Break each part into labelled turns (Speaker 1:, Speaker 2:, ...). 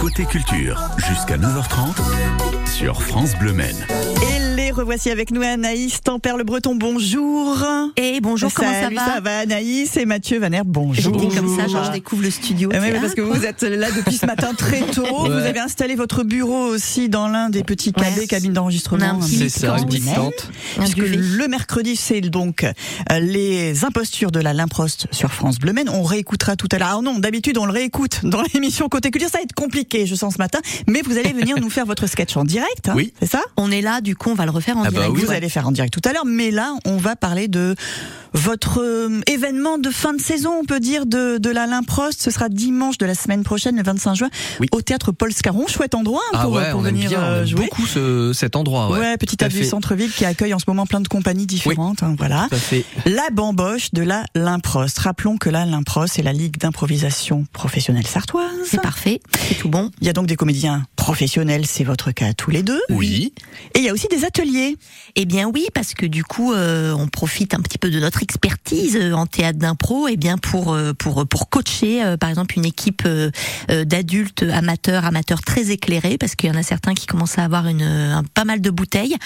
Speaker 1: Côté culture, jusqu'à 9h30 sur France Bleu Maine.
Speaker 2: Et les revoici avec nous Anaïs Tempère le Breton, bonjour.
Speaker 3: Et bonjour, comment ça
Speaker 2: Salut,
Speaker 3: va
Speaker 2: Ça va Anaïs et Mathieu Vaner, bonjour.
Speaker 3: J'ai dit comme ça, genre je découvre Ah, le studio.
Speaker 2: Eh
Speaker 3: tu hein
Speaker 2: oui,
Speaker 3: vois.
Speaker 2: parce que vous êtes là depuis ce matin très tôt. Vous
Speaker 4: Ouais.
Speaker 2: avez installé votre bureau aussi dans l'un des petits
Speaker 3: Ouais.
Speaker 2: cabets, cabines d'enregistrement.
Speaker 3: On a un petit lit
Speaker 4: C'est
Speaker 3: de
Speaker 4: ça,
Speaker 3: camp
Speaker 4: une petite
Speaker 3: aussi.
Speaker 4: tente.
Speaker 2: Puisque
Speaker 3: Un duvet.
Speaker 2: le mercredi, c'est donc euh, les impostures de la Limprost sur France Bleu Maine. On réécoutera tout à l'heure. Ah non, d'habitude, on le réécoute dans l'émission Côté Culture. Ça va être compliqué, je sens, ce matin. Mais vous allez venir nous faire votre sketch en direct. hein,
Speaker 4: Oui.
Speaker 2: C'est ça
Speaker 3: On est là, du coup, on va le refaire en
Speaker 4: Ah bah
Speaker 3: direct.
Speaker 4: oui.
Speaker 2: vous allez faire en direct tout à l'heure, mais là, on va parler de votre euh, événement de fin de saison, on peut dire, de, de l'Alain Prost. Ce sera dimanche de la semaine prochaine, le 25 juin,
Speaker 4: Oui.
Speaker 2: au théâtre Paul Scarron. Chouette endroit hein,
Speaker 4: Ah
Speaker 2: pour,
Speaker 4: ouais,
Speaker 2: pour
Speaker 4: on aime
Speaker 2: venir
Speaker 4: bien, on
Speaker 2: euh,
Speaker 4: aime
Speaker 2: jouer.
Speaker 4: beaucoup ce- cet endroit.
Speaker 2: ouais,
Speaker 4: Ouais,
Speaker 2: petit
Speaker 4: Tout à
Speaker 2: avis
Speaker 4: fait.
Speaker 2: centre-ville qui accueille en ce moment plein de compagnies différentes. hein, voilà.
Speaker 4: Tout à fait.
Speaker 2: La bamboche de la Limprost. Rappelons que la Limprost est la Ligue d'improvisation professionnelle sartoise.
Speaker 3: C'est parfait, c'est tout bon.
Speaker 2: Il y a donc des comédiens professionnels, c'est votre cas à tous les deux.
Speaker 4: Oui.
Speaker 2: Et il y a aussi des ateliers.
Speaker 3: Eh bien oui, parce que du coup, euh, on profite un petit peu de notre expertise euh, en théâtre d'impro, eh bien pour euh, pour pour coacher, euh, par exemple, une équipe euh, euh, d'adultes amateurs, amateurs très éclairés, parce qu'il y en a certains qui commencent à avoir une euh, un- pas mal de bouteilles.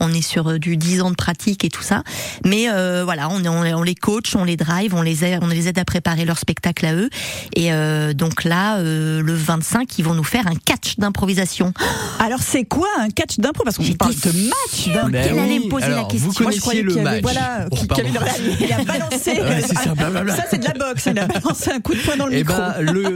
Speaker 3: On est sur euh, du 10 ans de pratique et tout ça, mais euh, voilà, on, est- on, les- on les coach, on les drive, on les aide, on les aide à préparer leur spectacle à eux. Et euh, donc là, euh, le 25, ils vont nous faire un catch d'improvisation.
Speaker 2: Alors c'est quoi un catch d'impro Parce qu'on
Speaker 3: J'étais
Speaker 2: parle de match d'impro.
Speaker 3: qu'elle allait me poser la
Speaker 4: Alors,
Speaker 3: question.
Speaker 4: Vous
Speaker 2: Moi, je
Speaker 4: connaissiez
Speaker 2: croyais
Speaker 4: le
Speaker 2: qu'il y
Speaker 4: match.
Speaker 2: avait- Voilà,
Speaker 4: Oh,
Speaker 2: qu'il y avait
Speaker 4: pardon.
Speaker 2: le- il a balancé.
Speaker 4: Ouais, c'est ça,
Speaker 2: Ah,
Speaker 4: blablabla.
Speaker 2: ça, c'est de la boxe. Il a balancé un coup de poing dans le
Speaker 4: Eh
Speaker 2: micro.
Speaker 4: ben, le,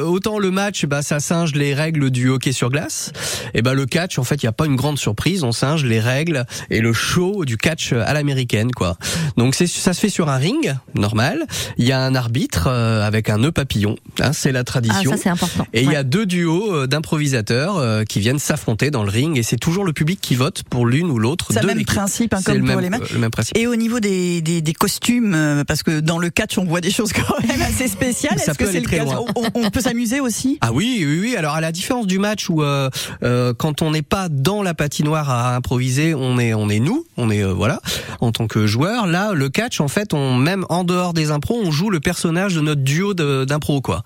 Speaker 4: euh, autant le match, bah, ça singe les règles du hockey sur glace. Et ben, le catch, en fait, il n'y a pas une grande surprise. On singe les règles et le show du catch à l'américaine, quoi. Donc, c'est, ça se fait sur un ring, normal. Il y a un arbitre euh, avec un nœud papillon. hein, c'est la
Speaker 3: Ah,
Speaker 4: tradition.
Speaker 3: ça c'est important.
Speaker 4: Et il
Speaker 3: Ouais.
Speaker 4: y a deux duos euh, d'improvisateurs euh, qui viennent s'affronter dans le ring et c'est toujours le public qui vote pour l'une ou l'autre
Speaker 2: C'est
Speaker 4: de
Speaker 2: le même
Speaker 4: l'équipe.
Speaker 2: principe hein,
Speaker 4: C'est
Speaker 2: comme
Speaker 4: le
Speaker 2: pour
Speaker 4: même,
Speaker 2: les matchs.
Speaker 4: euh, le même principe.
Speaker 2: Et au niveau des, des, des costumes, euh, parce que dans le catch, on voit des choses quand même assez spéciales.
Speaker 4: Ça
Speaker 2: Est-ce que
Speaker 4: peut
Speaker 2: c'est
Speaker 4: aller
Speaker 2: le
Speaker 4: très
Speaker 2: cas
Speaker 4: loin.
Speaker 2: on, on peut s'amuser aussi
Speaker 4: Ah oui, oui, oui. Alors à la différence du match où euh, euh, quand on n'est pas dans la patinoire à improviser, on est, on est nous, on est euh, voilà en tant que joueur. Là, le catch, en fait, on même en dehors des impros, on joue le personnage de notre duo de- d'impro quoi.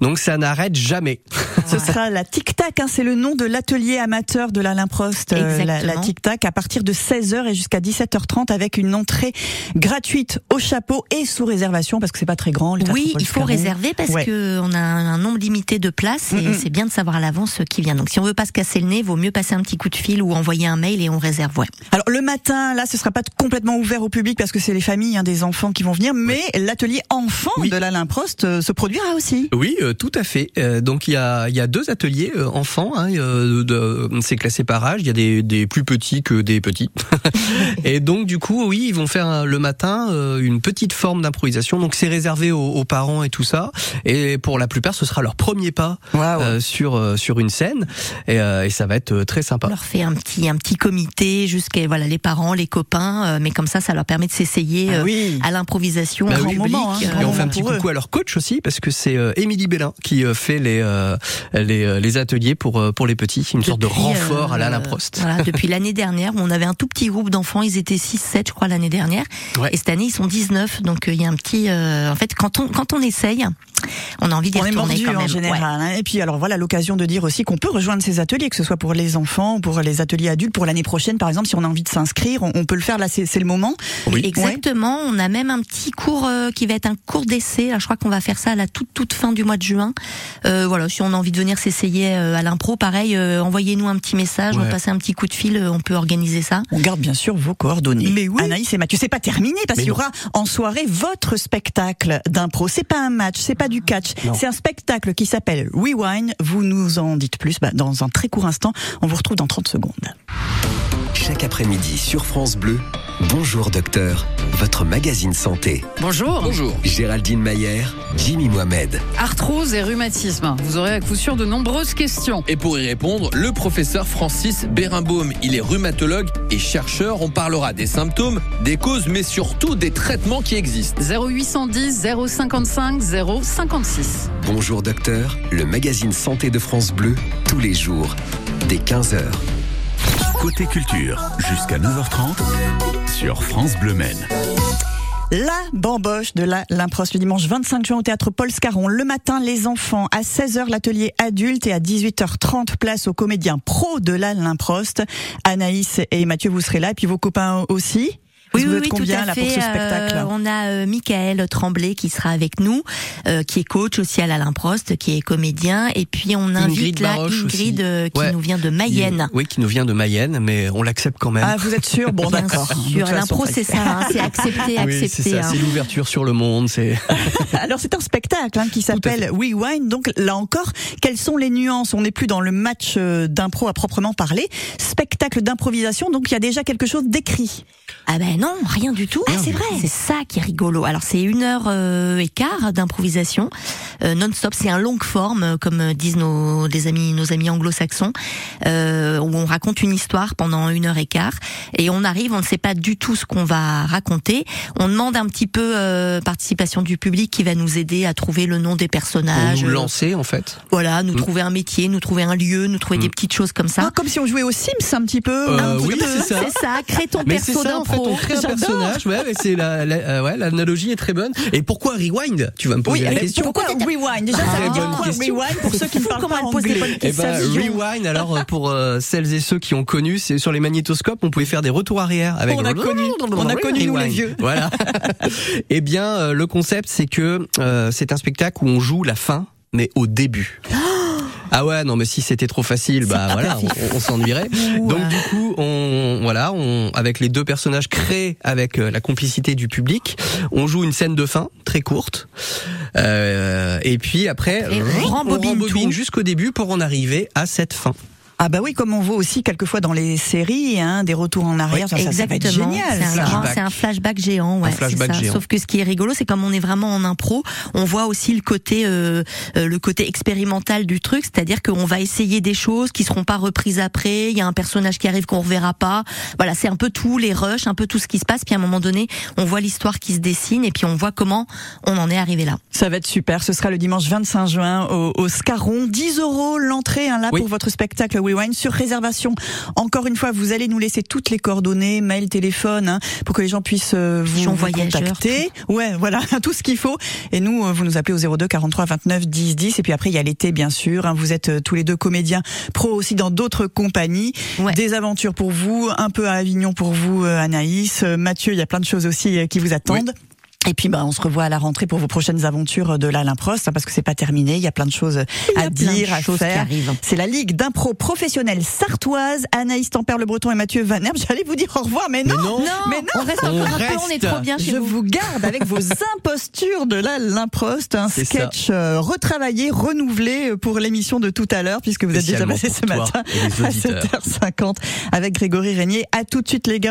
Speaker 4: Donc ça n'arrête jamais.
Speaker 2: Ce sera la Tic Tac, hein, c'est le nom de l'atelier amateur de l'Alain Prost. euh, la, la
Speaker 3: Exactement.
Speaker 2: Tic Tac à partir de 16h et jusqu'à 17h30 avec une entrée gratuite au chapeau et sous réservation parce que c'est pas très grand. le
Speaker 3: Oui,
Speaker 2: Théâtre
Speaker 3: il faut
Speaker 2: Paul Scarron.
Speaker 3: réserver parce
Speaker 2: Ouais.
Speaker 3: que on a un un nombre limité de places et
Speaker 2: Mm, mm.
Speaker 3: c'est bien de savoir à l'avance ce qui vient. Donc si on veut pas se casser le nez, vaut mieux passer un petit coup de fil ou envoyer un mail et on réserve. Ouais.
Speaker 2: Alors le matin, là, ce sera pas complètement ouvert au public parce que c'est les familles hein, des enfants qui vont venir, mais l'atelier enfant
Speaker 4: Oui.
Speaker 2: de l'Alain Prost euh, se produira aussi.
Speaker 4: Oui, euh, tout à fait. Euh, donc il y a, il y a deux ateliers euh, enfants. Hein, euh, de- c'est classé par âge. Il y a des, des plus petits que des petits. et donc du coup, oui, ils vont faire euh, le matin euh, une petite forme d'improvisation. Donc c'est réservé aux, aux parents et tout ça. Et pour la plupart, ce sera leur premier pas euh, sur euh, sur une scène. Et, euh, et ça va être euh, très
Speaker 3: On
Speaker 4: sympa.
Speaker 3: leur fait un petit un petit comité jusqu'à voilà les parents, les copains, euh, mais comme ça, ça leur permet de s'essayer
Speaker 2: Ah
Speaker 3: euh,
Speaker 2: oui.
Speaker 3: à l'improvisation
Speaker 4: Bah
Speaker 3: en
Speaker 4: oui.
Speaker 3: public.
Speaker 2: Moment, hein,
Speaker 3: euh,
Speaker 4: Et on
Speaker 2: Vraiment
Speaker 4: fait un petit
Speaker 2: pour eux.
Speaker 4: coucou à leur coach aussi parce que c'est euh, Émilie Bellin qui euh, fait les euh, les, euh, les ateliers pour euh, pour les petits, une sorte de
Speaker 3: Depuis,
Speaker 4: renfort à
Speaker 3: euh,
Speaker 4: l'Alain Prost.
Speaker 3: Voilà, depuis l'année dernière, où on avait un tout petit groupe d'enfants, ils étaient 6 7 je crois l'année dernière
Speaker 4: Ouais.
Speaker 3: et cette année ils sont 19 donc euh, il y a un petit euh, en fait quand on quand on essaye, on a envie d'y
Speaker 2: On est
Speaker 3: retourner
Speaker 2: mordu
Speaker 3: quand même.
Speaker 2: en
Speaker 3: Ouais.
Speaker 2: général. hein. Et puis alors voilà l'occasion de dire aussi qu'on peut rejoindre ces ateliers, que ce soit pour les enfants, ou pour les ateliers adultes, pour l'année prochaine par exemple, si on a envie de s'inscrire, on, on peut le faire là, c'est c'est le moment.
Speaker 4: Oui.
Speaker 3: Exactement, on a même un petit cours euh, qui va être un cours d'essai. Alors, Je crois qu'on va faire ça à la toute toute fin du mois de juin. Euh, voilà, si on a envie de venir s'essayer euh, à l'impro, pareil, euh, envoyez-nous un petit message,
Speaker 4: Ouais.
Speaker 3: on passe un petit coup de fil, euh, on peut organiser ça.
Speaker 2: On garde bien sûr vos coordonnées.
Speaker 3: Mais oui.
Speaker 2: Anaïs et Mathieu, c'est pas terminé parce
Speaker 4: Mais
Speaker 2: qu'il y
Speaker 4: non.
Speaker 2: aura en soirée votre spectacle d'impro. C'est pas un match, c'est pas du catch,
Speaker 4: Non.
Speaker 2: c'est un spectacle qui s'appelle Rewind. Vous nous en dites plus bah, dans un très court instant. On vous retrouve dans 30 secondes.
Speaker 5: Chaque après-midi sur France Bleu, Bonjour Docteur, votre magazine santé.
Speaker 6: Bonjour.
Speaker 7: Bonjour.
Speaker 5: Géraldine Mayer, Jimmy Mohamed.
Speaker 6: Arthrose et rhumatisme. Vous aurez à coup sûr de nombreuses questions.
Speaker 7: Et pour y répondre, le professeur Francis Bérimbaum, il est rhumatologue et chercheur. On parlera des symptômes, des causes, mais surtout des traitements qui existent.
Speaker 6: 0810 055 056.
Speaker 5: Bonjour Docteur, le magazine santé de France Bleu, tous les jours, dès 15h.
Speaker 1: Côté culture, jusqu'à 9h30 sur France Bleu Maine.
Speaker 2: La bamboche de la l'improst le dimanche 25 juin au théâtre Paul Scarron. Le matin, les enfants. À 16h, l'atelier adulte et à 18h30, place aux comédiens pros de la l'improst. Anaïs et Mathieu, vous serez là et puis vos copains aussi.
Speaker 3: Oui,
Speaker 2: vous
Speaker 3: oui,
Speaker 2: êtes
Speaker 3: oui,
Speaker 2: combien
Speaker 3: tout à
Speaker 2: là
Speaker 3: fait.
Speaker 2: pour ce
Speaker 3: Euh,
Speaker 2: spectacle
Speaker 3: on a euh, Michael Tremblay qui sera avec nous, euh, qui est coach aussi à l'Alain Prost, qui est comédien. Et puis on invite là
Speaker 4: Baroche aussi.
Speaker 3: Ingrid euh, qui
Speaker 4: Ouais.
Speaker 3: nous vient de Mayenne.
Speaker 4: Oui, qui nous vient de Mayenne, mais on l'accepte quand même.
Speaker 2: Ah, vous êtes sûr Bon,
Speaker 3: Bien
Speaker 2: d'accord. De
Speaker 3: sûr,
Speaker 2: toute façon,
Speaker 3: l'impro
Speaker 2: ça y
Speaker 3: c'est
Speaker 2: est.
Speaker 3: ça, hein, c'est accepté,
Speaker 4: oui, c'est
Speaker 3: accepté.
Speaker 4: ça,
Speaker 3: hein.
Speaker 4: c'est l'ouverture sur le monde, c'est
Speaker 2: Alors c'est un spectacle hein, qui
Speaker 4: à
Speaker 2: s'appelle Rewind. Donc là encore, quelles sont les nuances On n'est plus dans le match euh, d'impro à proprement parler. Spectacle d'improvisation, donc il y a déjà quelque chose d'écrit.
Speaker 3: Ah ben non, rien du tout.
Speaker 2: Ah, c'est vrai.
Speaker 3: C'est ça qui est rigolo. Alors c'est une heure euh, et quart d'improvisation euh, non-stop. C'est un long forme, euh, comme euh, disent nos des amis, nos amis anglo-saxons, euh, où on raconte une histoire pendant une heure et quart et on arrive, on ne sait pas du tout ce qu'on va raconter. On demande un petit peu euh, participation du public qui va nous aider à trouver le nom des
Speaker 4: pour
Speaker 3: personnages.
Speaker 4: nous
Speaker 3: euh,
Speaker 4: lancer en fait.
Speaker 3: Voilà, nous
Speaker 4: Mm.
Speaker 3: trouver un métier, nous trouver un lieu, nous trouver
Speaker 4: Mm.
Speaker 3: des petites choses comme ça.
Speaker 2: Ah, comme si on jouait aux Sims un petit peu. Ah,
Speaker 4: Euh,
Speaker 2: un petit
Speaker 4: oui,
Speaker 2: peu.
Speaker 4: c'est ça.
Speaker 3: C'est ça, crée ton
Speaker 4: Mais c'est
Speaker 3: perso
Speaker 4: ça, en fait,
Speaker 3: d'impro.
Speaker 4: on crée un
Speaker 3: J'adore.
Speaker 4: personnage. Ouais, mais c'est la, la- euh, ouais, l'analogie est très bonne. Et pourquoi rewind Tu vas me poser
Speaker 2: Oui,
Speaker 4: la
Speaker 2: mais
Speaker 4: question.
Speaker 2: pourquoi Ah, Rewind Déjà, ça
Speaker 4: Très
Speaker 2: veut dire
Speaker 4: bonne
Speaker 2: quoi
Speaker 4: question.
Speaker 2: Rewind Pour ceux qui ne
Speaker 3: fou
Speaker 2: parlent
Speaker 3: comment
Speaker 2: pas
Speaker 3: elle pose des bonnes
Speaker 2: anglais.
Speaker 4: Eh
Speaker 3: Et ça,
Speaker 4: ben,
Speaker 3: c'est Guillaume.
Speaker 4: rewind. Alors euh, pour euh, celles et ceux qui ont connu, c'est sur les magnétoscopes, on pouvait faire des retours arrière avec.
Speaker 2: On a connu- on a connu, nous, les
Speaker 4: Rewind.
Speaker 2: vieux.
Speaker 4: Voilà. Eh bien, euh, le concept, c'est que euh, c'est un spectacle où on joue la fin, mais au début. Ah ouais non mais si c'était trop facile bah voilà on, on s'ennuierait donc du coup on voilà on avec les deux personnages créés avec euh, la complicité du public on joue une scène de fin très courte euh, et puis après
Speaker 3: Et on
Speaker 4: on
Speaker 3: rembobine
Speaker 4: rembobine
Speaker 3: tout.
Speaker 4: jusqu'au début pour en arriver à cette fin
Speaker 2: Ah bah oui, comme on voit aussi quelquefois dans les séries, hein, des retours en arrière, ça, ça, ça va être
Speaker 3: Exactement.
Speaker 2: génial.
Speaker 3: C'est un,
Speaker 2: ça.
Speaker 3: grand- c'est un flashback géant, ouais,
Speaker 4: Un
Speaker 3: c'est
Speaker 4: flashback
Speaker 3: ça.
Speaker 4: géant.
Speaker 3: Sauf que ce qui est rigolo, c'est comme on est vraiment en impro, on voit aussi le côté, euh, euh, le côté expérimental du truc, c'est-à-dire qu'on va essayer des choses qui seront pas reprises après. Il y a un personnage qui arrive qu'on reverra pas. Voilà, c'est un peu tout les rushs, un peu tout ce qui se passe. Puis à un moment donné, on voit l'histoire qui se dessine et puis on voit comment on en est arrivé là.
Speaker 2: Ça va être super. Ce sera le dimanche 25 juin au, au Scarron. 10 euros l'entrée hein, là
Speaker 4: Oui.
Speaker 2: pour votre spectacle Rewind sur réservation. Encore une fois, vous allez nous laisser toutes les coordonnées, mail, téléphone, hein, pour que les gens puissent euh, vous,
Speaker 3: Pigeons
Speaker 2: vous
Speaker 3: voyageurs,
Speaker 2: contacter. Ouais, voilà, tout ce qu'il faut. Et nous, euh, vous nous appelez au 02 43 29 10 10. Et puis après, il y a l'été, bien sûr. hein. vous êtes euh, tous les deux comédiens pro aussi dans d'autres compagnies.
Speaker 3: Ouais.
Speaker 2: Des aventures pour vous, un peu à Avignon pour vous, euh, Anaïs. Euh, Mathieu, il y a plein de choses aussi euh, qui vous attendent. Et puis bah, on se revoit à la rentrée pour vos prochaines aventures de l'Alain Prost, hein, parce que c'est pas terminé, il y a plein de choses à
Speaker 3: plein de
Speaker 2: dire, à
Speaker 3: choses qui
Speaker 2: faire.
Speaker 3: arrivent.
Speaker 2: C'est la Ligue d'impro professionnelle sartoise, Anaïs Tempère le Breton et Mathieu Van Herbe. J'allais vous dire au revoir, mais non, mais non,
Speaker 3: on reste
Speaker 4: on
Speaker 3: encore un peu, on est
Speaker 4: reste.
Speaker 3: trop bien chez
Speaker 2: je
Speaker 3: vous.
Speaker 2: vous garde avec vos impostures de la l'improst, un
Speaker 4: C'est
Speaker 2: sketch euh, retravaillé, renouvelé euh, pour l'émission de tout à l'heure, puisque vous êtes déjà
Speaker 4: Spécialement
Speaker 2: passé ce
Speaker 4: pour toi
Speaker 2: matin
Speaker 4: et les
Speaker 2: à
Speaker 4: auditeurs.
Speaker 2: 7h50 avec Grégory Régnier. À tout de suite les gars.